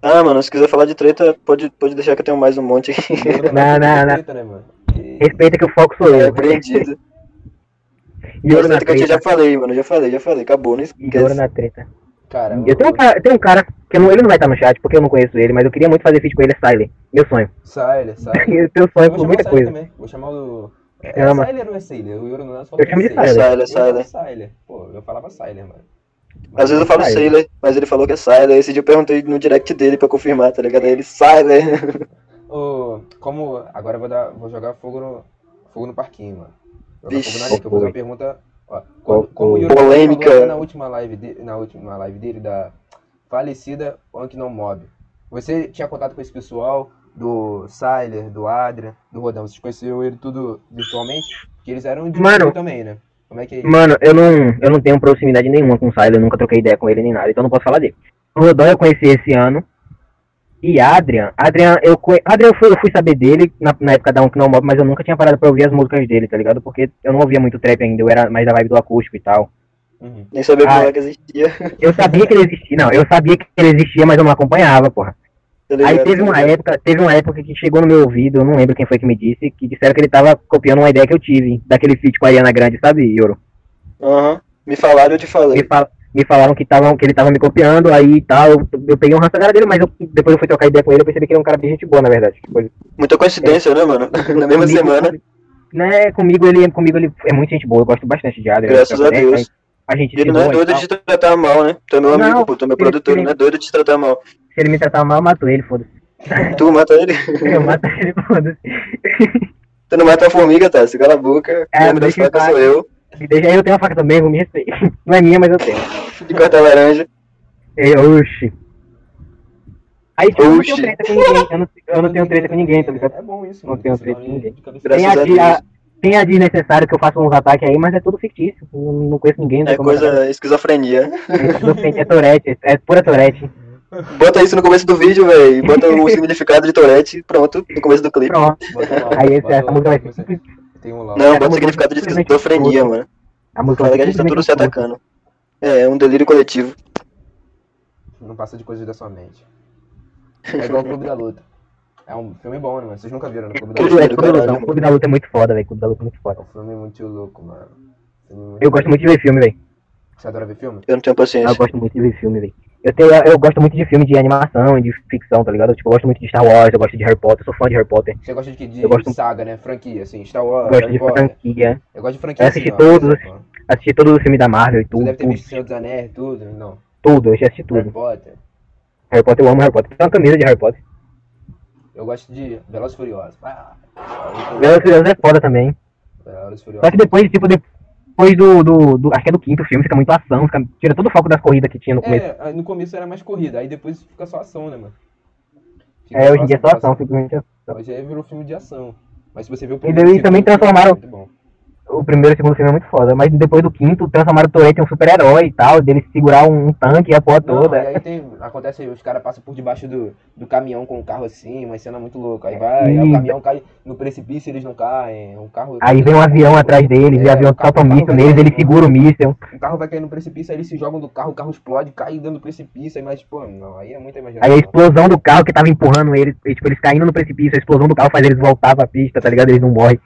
[SPEAKER 3] Ah, mano, se quiser falar de treta, pode, pode deixar que eu tenho mais um monte aqui. *laughs*
[SPEAKER 1] Yoro Nonazo
[SPEAKER 2] Não, não,
[SPEAKER 1] tem
[SPEAKER 2] não.
[SPEAKER 1] treta, né, mano? E-
[SPEAKER 2] Respeita que o foco sou
[SPEAKER 3] É,
[SPEAKER 2] eu. tá
[SPEAKER 3] apreendido.
[SPEAKER 2] *laughs* E ouro na
[SPEAKER 3] Treta que eu já
[SPEAKER 2] treta.
[SPEAKER 3] falei, mano. Já falei, já falei. Acabou, não
[SPEAKER 2] E ouro
[SPEAKER 3] esquece.
[SPEAKER 2] na treta.
[SPEAKER 1] Cara,
[SPEAKER 2] Eu tenho um cara, tem um cara que eu não- ele não vai estar no chat porque eu não conheço ele, mas eu queria muito fazer feat com ele, é Siley. Meu sonho.
[SPEAKER 1] Sailor, Sailor.
[SPEAKER 2] *laughs* Eu tenho
[SPEAKER 1] Tá.
[SPEAKER 2] um
[SPEAKER 1] Eu vou
[SPEAKER 2] sonho por
[SPEAKER 1] chamar
[SPEAKER 2] muita
[SPEAKER 1] o Sailor
[SPEAKER 2] coisa.
[SPEAKER 1] também. Vou chamar o. É, é
[SPEAKER 2] Chama.
[SPEAKER 1] Sailor ou é Sailor? O Yoro Nonazo falou
[SPEAKER 2] Eu chamo de
[SPEAKER 1] que é
[SPEAKER 2] Sailor.
[SPEAKER 3] Sailor,
[SPEAKER 1] Eu falo
[SPEAKER 3] Sailor.
[SPEAKER 1] Sailor. Pô, eu falava Sailor, mano.
[SPEAKER 3] Às vezes eu falo
[SPEAKER 2] Sailor.
[SPEAKER 3] Sailor, mas ele falou que é Sailor. Esse dia eu perguntei no direct dele pra confirmar, tá ligado? Aí ele, Sailor.
[SPEAKER 1] Ô, como. Agora eu vou, dar, vou jogar fogo no, fogo no parquinho, mano. Jogar
[SPEAKER 3] Vixe.
[SPEAKER 1] fogo na linha, que eu vou fazer uma
[SPEAKER 2] Oi.
[SPEAKER 1] pergunta. Ó,
[SPEAKER 2] Qual
[SPEAKER 1] quando- como o
[SPEAKER 2] foi?
[SPEAKER 1] Yuri falou
[SPEAKER 3] Polêmica.
[SPEAKER 1] até na última, live de, na última live dele, da falecida Punk Não Mob. Você tinha contato com esse pessoal do Siler, do Adrian, do Rodão? Vocês conheceram ele tudo virtualmente? Porque eles eram de
[SPEAKER 2] Mano.
[SPEAKER 1] Mano. também, né? Como é que é isso?
[SPEAKER 2] Mano, eu não, eu não tenho proximidade nenhuma com o Siley, eu nunca troquei ideia com ele nem nada, então não posso falar dele. O Rodon eu conheci esse ano. E Adrian, Adrian, eu, conhe... Adrian eu, fui, eu fui saber dele na, na época da Unknown Mob, mas eu nunca tinha parado pra ouvir as músicas dele, tá ligado? Porque eu não ouvia muito trap ainda, eu era mais da vibe do acústico e tal.
[SPEAKER 1] Uhum.
[SPEAKER 3] *laughs* Nem sabia como
[SPEAKER 2] Ah.
[SPEAKER 3] é que existia,
[SPEAKER 2] Eu sabia que ele existia, não, eu sabia que ele existia, mas eu não acompanhava, porra.
[SPEAKER 3] tá ligado?
[SPEAKER 2] Aí teve uma época, teve uma época que chegou no meu ouvido, eu não lembro quem foi que me disse, que disseram que ele tava copiando uma ideia que eu tive, daquele feat com a Ariana Grande, sabe, Yoro?
[SPEAKER 3] Aham. Me falaram, eu te
[SPEAKER 2] Me,
[SPEAKER 3] falei.
[SPEAKER 2] fal- me falaram que, tavam, que ele tava me copiando aí e tal, eu, eu peguei um ranço na cara dele, mas eu- depois eu fui trocar ideia com ele, eu percebi que ele é um cara bem gente boa, na verdade. Tipo, ele-
[SPEAKER 3] Muita coincidência, né, mano? *laughs* Na mesma
[SPEAKER 2] comigo-
[SPEAKER 3] semana,
[SPEAKER 2] Né, comigo ele, comigo ele é muito gente boa, eu gosto bastante de Adrian.
[SPEAKER 3] graças a
[SPEAKER 2] né,
[SPEAKER 3] Deus.
[SPEAKER 2] A gente
[SPEAKER 3] Ele
[SPEAKER 2] se
[SPEAKER 3] não é
[SPEAKER 2] doa e
[SPEAKER 3] doido
[SPEAKER 2] tal.
[SPEAKER 3] de te tratar mal, né? Tu é meu
[SPEAKER 2] Não,
[SPEAKER 3] amigo, pô, tu é meu
[SPEAKER 2] ele-
[SPEAKER 3] produtor,
[SPEAKER 2] ele-
[SPEAKER 3] ele não é doido de te tratar mal.
[SPEAKER 2] Se ele me tratar mal, eu mato ele, foda-se. *laughs*
[SPEAKER 3] Tu mata ele, *laughs*
[SPEAKER 2] Eu mato ele, foda-se.
[SPEAKER 3] tu não mata a formiga, tá? Se cala a boca,
[SPEAKER 2] É,
[SPEAKER 3] o homem das
[SPEAKER 2] deixa em
[SPEAKER 3] facas
[SPEAKER 2] paz.
[SPEAKER 3] sou eu,
[SPEAKER 2] E deixa- Eu tenho uma faca também, vou me respeitar. *laughs* Não é minha, mas eu tenho.
[SPEAKER 3] de corta laranja.
[SPEAKER 2] É, oxi. Aí tipo, eu não tenho
[SPEAKER 3] Oxi.
[SPEAKER 2] treta com ninguém, eu não, eu não tenho treta com ninguém, tá ligado?
[SPEAKER 1] É bom isso,
[SPEAKER 2] Não
[SPEAKER 1] mano.
[SPEAKER 2] tenho
[SPEAKER 1] Você
[SPEAKER 2] treta
[SPEAKER 1] dá
[SPEAKER 2] com
[SPEAKER 1] uma
[SPEAKER 2] ninguém.
[SPEAKER 1] de cabeça-
[SPEAKER 2] Tem a,
[SPEAKER 3] Graças a
[SPEAKER 2] de, a,
[SPEAKER 3] Deus.
[SPEAKER 2] tem a de necessário que eu faça uns ataques aí, mas é tudo fictício. eu Não conheço ninguém, não
[SPEAKER 3] É
[SPEAKER 2] sei como
[SPEAKER 3] coisa esquizofrenia.
[SPEAKER 2] É Torete, é pura Torete.
[SPEAKER 3] Bota isso no começo do vídeo, velho.
[SPEAKER 2] *laughs*
[SPEAKER 3] Bota o significado de Tourette, pronto, no começo do clipe.
[SPEAKER 2] Pronto.
[SPEAKER 1] Bota um áudio,
[SPEAKER 2] Aí esse- é
[SPEAKER 1] bota um
[SPEAKER 2] essa música vai
[SPEAKER 1] áudio,
[SPEAKER 2] ser.
[SPEAKER 1] você- Tem um lá.
[SPEAKER 3] Não,
[SPEAKER 2] Essa
[SPEAKER 3] bota o
[SPEAKER 2] música
[SPEAKER 3] significado de
[SPEAKER 2] é simplesmente
[SPEAKER 3] esquizofrenia,
[SPEAKER 2] escrota.
[SPEAKER 3] mano.
[SPEAKER 2] A música
[SPEAKER 3] Fala
[SPEAKER 2] vai
[SPEAKER 3] que a gente tá tudo se
[SPEAKER 2] simplesmente
[SPEAKER 3] atacando. É, é um delírio coletivo.
[SPEAKER 1] Não passa de coisas da sua mente. É igual o Clube da Luta. É um filme bom, né, mano? Vocês nunca viram, né? Clube da
[SPEAKER 2] Tudo
[SPEAKER 1] Luta.
[SPEAKER 2] é
[SPEAKER 3] do
[SPEAKER 2] tudo
[SPEAKER 3] caralho,
[SPEAKER 2] ilusão. O
[SPEAKER 3] mano.
[SPEAKER 2] Clube da Luta é muito foda, velho. O Clube da Luta é muito
[SPEAKER 1] É
[SPEAKER 2] foda.
[SPEAKER 1] um filme muito louco, mano. Filme muito
[SPEAKER 2] Eu gosto muito de ver filme, velho.
[SPEAKER 1] Você adora ver filme?
[SPEAKER 3] Eu não tenho
[SPEAKER 2] Eu
[SPEAKER 3] paciência.
[SPEAKER 2] gosto muito de ver filme, velho. Eu, tenho, eu gosto muito de filme de animação e de ficção, tá ligado? Tipo, eu gosto muito de Star Wars, eu gosto de Harry Potter, eu sou fã de Harry Potter.
[SPEAKER 1] Você gosta de que? De
[SPEAKER 2] Eu gosto-
[SPEAKER 1] saga, né? Franquia, assim. Star
[SPEAKER 2] Eu
[SPEAKER 1] Wars,
[SPEAKER 2] gosto de
[SPEAKER 1] Harry Potter.
[SPEAKER 2] franquia.
[SPEAKER 1] Eu gosto de franquia,
[SPEAKER 2] Eu
[SPEAKER 1] assim,
[SPEAKER 2] assisti
[SPEAKER 1] ó.
[SPEAKER 2] todos. né?
[SPEAKER 1] Você
[SPEAKER 2] Assisti todos os filmes da Marvel e tudo,
[SPEAKER 1] deve ter
[SPEAKER 2] tudo,
[SPEAKER 1] visto Senhor dos Anéis, tudo. né? Não.
[SPEAKER 2] tudo, eu já assisti
[SPEAKER 1] Harry
[SPEAKER 2] tudo.
[SPEAKER 1] Potter.
[SPEAKER 2] Harry Potter, eu amo Harry Potter. Tem uma camisa de Harry Potter.
[SPEAKER 1] Eu gosto de Velozes e Furiosos. Ah,
[SPEAKER 2] Velozes e Furiosos é foda também.
[SPEAKER 1] Velozes e
[SPEAKER 2] Só
[SPEAKER 1] Furiosos.
[SPEAKER 2] que depois, tipo, depois do, do, do- Acho que é do quinto filme, fica muito ação, fica- tira todo o foco das corridas que tinha no começo.
[SPEAKER 1] É, no começo era mais corrida, aí depois fica só ação, né, mano? Fica
[SPEAKER 2] É, hoje em dia é só
[SPEAKER 1] ação,
[SPEAKER 2] ação, simplesmente ação.
[SPEAKER 1] Hoje aí virou filme de um ação. Mas se você viu o
[SPEAKER 2] E daí também
[SPEAKER 1] segundo filme,
[SPEAKER 2] transformaram-
[SPEAKER 1] é muito bom.
[SPEAKER 2] o primeiro e o segundo filme é muito foda, mas depois do quinto, transformaram o Toretto em um super-herói e tal, dele segurar um, um tanque e a porra
[SPEAKER 1] Não,
[SPEAKER 2] toda.
[SPEAKER 1] E aí tem, acontece, os caras passam por debaixo do, do caminhão com o carro assim, uma cena muito louca. Aí vai, aí
[SPEAKER 2] Sim.
[SPEAKER 1] o caminhão cai no precipício, eles não caem. O carro.
[SPEAKER 2] Aí vem um avião atrás deles, e o
[SPEAKER 1] É,
[SPEAKER 2] avião
[SPEAKER 1] o carro-
[SPEAKER 2] solta um
[SPEAKER 1] o carro
[SPEAKER 2] míssil
[SPEAKER 1] vai
[SPEAKER 2] neles,
[SPEAKER 1] caindo.
[SPEAKER 2] ele segura o míssil.
[SPEAKER 1] O um carro vai cair no precipício, aí eles se jogam do carro, o carro explode, cai dentro do precipício, aí mas, pô, não, aí é muita
[SPEAKER 2] Aí
[SPEAKER 1] imaginação.
[SPEAKER 2] a explosão do carro que tava empurrando eles, e, tipo, eles caindo no precipício, a explosão do carro faz eles voltar pra pista, tá ligado? Eles não morrem.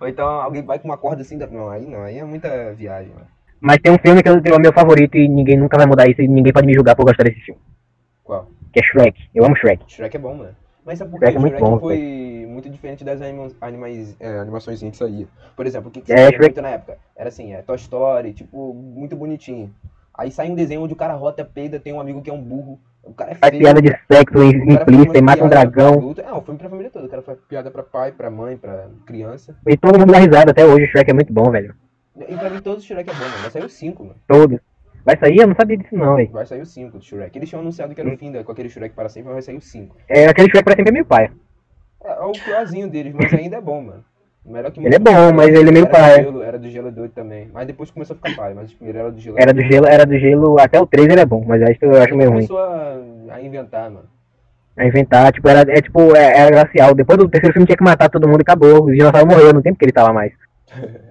[SPEAKER 1] Ou então alguém vai com uma corda assim, da- não, aí não, aí é muita viagem, mano.
[SPEAKER 2] Mas tem um filme que eu- que é o meu favorito e ninguém nunca vai mudar isso e ninguém pode me julgar por gostar desse filme.
[SPEAKER 1] Qual?
[SPEAKER 2] Que é Shrek. Eu amo Shrek.
[SPEAKER 1] Shrek é bom, mano. Mas sabe por
[SPEAKER 2] Shrek
[SPEAKER 1] quê?
[SPEAKER 2] é muito
[SPEAKER 1] Shrek
[SPEAKER 2] bom,
[SPEAKER 1] foi muito diferente das anima- animais, é, animações que saía. Por exemplo, o que, que
[SPEAKER 2] É,
[SPEAKER 1] saía
[SPEAKER 2] Shrek-
[SPEAKER 1] muito na época? Era assim, é Toy Story, tipo, muito bonitinho. Aí sai um desenho onde o cara rota, peida, tem um amigo que é um burro. O cara é
[SPEAKER 2] Faz
[SPEAKER 1] feio.
[SPEAKER 2] piada de sexo
[SPEAKER 1] o cara faz
[SPEAKER 2] implícita
[SPEAKER 1] umas
[SPEAKER 2] e mata
[SPEAKER 1] piadas
[SPEAKER 2] um
[SPEAKER 1] pra
[SPEAKER 2] dragão.
[SPEAKER 1] adulto. É, um filme pra família toda. O cara faz piada pra pai, pra mãe, pra criança.
[SPEAKER 2] E todo mundo dá risada até hoje. O Shrek é muito bom, velho.
[SPEAKER 1] E pra mim todos os Shrek é bom, mano. Vai sair o 5, mano.
[SPEAKER 2] Todo. Vai sair? Eu não sabia disso não, velho.
[SPEAKER 1] Vai sair o 5 do Shrek. Eles tinham anunciado que era o fim da, com aquele Shrek para sempre, mas vai sair o 5.
[SPEAKER 2] É, aquele Shrek pra sempre é meio pai.
[SPEAKER 1] É, é o piorzinho deles, mas ainda é bom, mano. Melhor que
[SPEAKER 2] Ele é
[SPEAKER 1] muito.
[SPEAKER 2] bom, mas ele é meio
[SPEAKER 1] era
[SPEAKER 2] pai.
[SPEAKER 1] Do gelo, era do gelo doido também. Mas depois começou a ficar pai, mas primeiro era do gelo.
[SPEAKER 2] Era do gelo, era do gelo, até o 3 ele é bom, mas acho que eu acho meio ruim.
[SPEAKER 1] Começou a, a inventar, mano.
[SPEAKER 2] A inventar, tipo, era, é tipo, é- era glacial. Depois do terceiro filme tinha que matar todo mundo e acabou. O dinossauro morreu, não tem porque ele tá lá mais.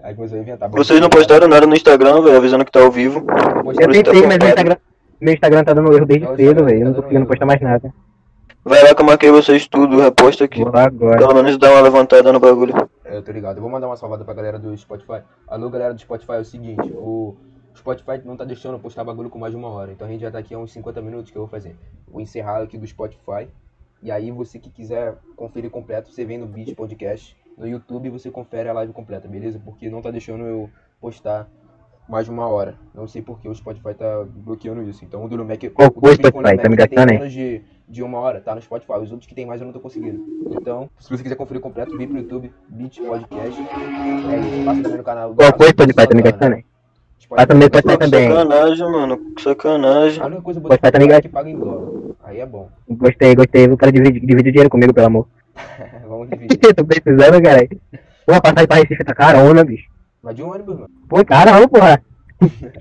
[SPEAKER 1] Aí começou a inventar.
[SPEAKER 3] Vocês não postaram nada no Instagram, velho, avisando que tá ao vivo.
[SPEAKER 2] Eu
[SPEAKER 1] Postaram-
[SPEAKER 3] Você tá
[SPEAKER 2] tentei, mas
[SPEAKER 3] bombado.
[SPEAKER 2] meu Instagram, meu Instagram tá dando erro desde
[SPEAKER 1] Não, o
[SPEAKER 2] cedo,
[SPEAKER 1] Instagram
[SPEAKER 2] velho.
[SPEAKER 1] tá
[SPEAKER 2] Eu não
[SPEAKER 1] dando
[SPEAKER 2] é. tô conseguindo
[SPEAKER 1] erro.
[SPEAKER 2] postar mais nada.
[SPEAKER 3] Vai lá que eu marquei vocês tudo, reposta aqui.
[SPEAKER 2] Vou lá agora.
[SPEAKER 3] Pelo menos dá uma levantada no bagulho.
[SPEAKER 1] É, Eu tô ligado. Eu vou mandar uma salvada pra galera do Spotify. Alô, galera do Spotify, é o seguinte, o Spotify não tá deixando eu postar bagulho com mais de uma hora. Então a gente já tá aqui há uns 50 minutos que eu vou fazer. Vou encerrar aqui do Spotify. E aí você que quiser conferir completo, você vem no Beat Podcast. No YouTube você confere a live completa, beleza? Porque não tá deixando eu postar mais de uma hora. Não sei porque o Spotify tá bloqueando isso. Então o do Mac,
[SPEAKER 2] Qual
[SPEAKER 1] o do
[SPEAKER 2] foi,
[SPEAKER 1] Beat com Lil
[SPEAKER 2] Spotify?
[SPEAKER 1] Mac
[SPEAKER 2] Tá
[SPEAKER 1] que tem
[SPEAKER 2] me engatando, hein?
[SPEAKER 1] menos de, de uma hora, tá no Spotify. Os outros que tem mais eu não tô conseguindo. Então, se você quiser conferir completo, vem pro YouTube, Beat Podcast. É isso, passa também no canal. do
[SPEAKER 2] Qual foi,
[SPEAKER 1] Rafael
[SPEAKER 2] Spotify? Tá me
[SPEAKER 1] Santana.
[SPEAKER 2] gastando, hein?
[SPEAKER 1] Spotify.
[SPEAKER 2] Passa no meu Spotify
[SPEAKER 3] Pô, que
[SPEAKER 2] também.
[SPEAKER 3] sacanagem, mano. Que sacanagem.
[SPEAKER 1] A única coisa boa do
[SPEAKER 2] Spotify tá
[SPEAKER 1] Spotify
[SPEAKER 2] me
[SPEAKER 1] é
[SPEAKER 2] gastando.
[SPEAKER 1] que paga em dólar. Aí é bom. *laughs*
[SPEAKER 2] Gostei, gostei. O cara divide, divide o dinheiro comigo, pelo amor. *laughs*
[SPEAKER 1] Vamos dividir.
[SPEAKER 2] tô precisando, cara. Porra, passagem pra Recife tá é carona, bicho.
[SPEAKER 1] Mas de um ônibus, mano.
[SPEAKER 2] Pô, caramba, porra.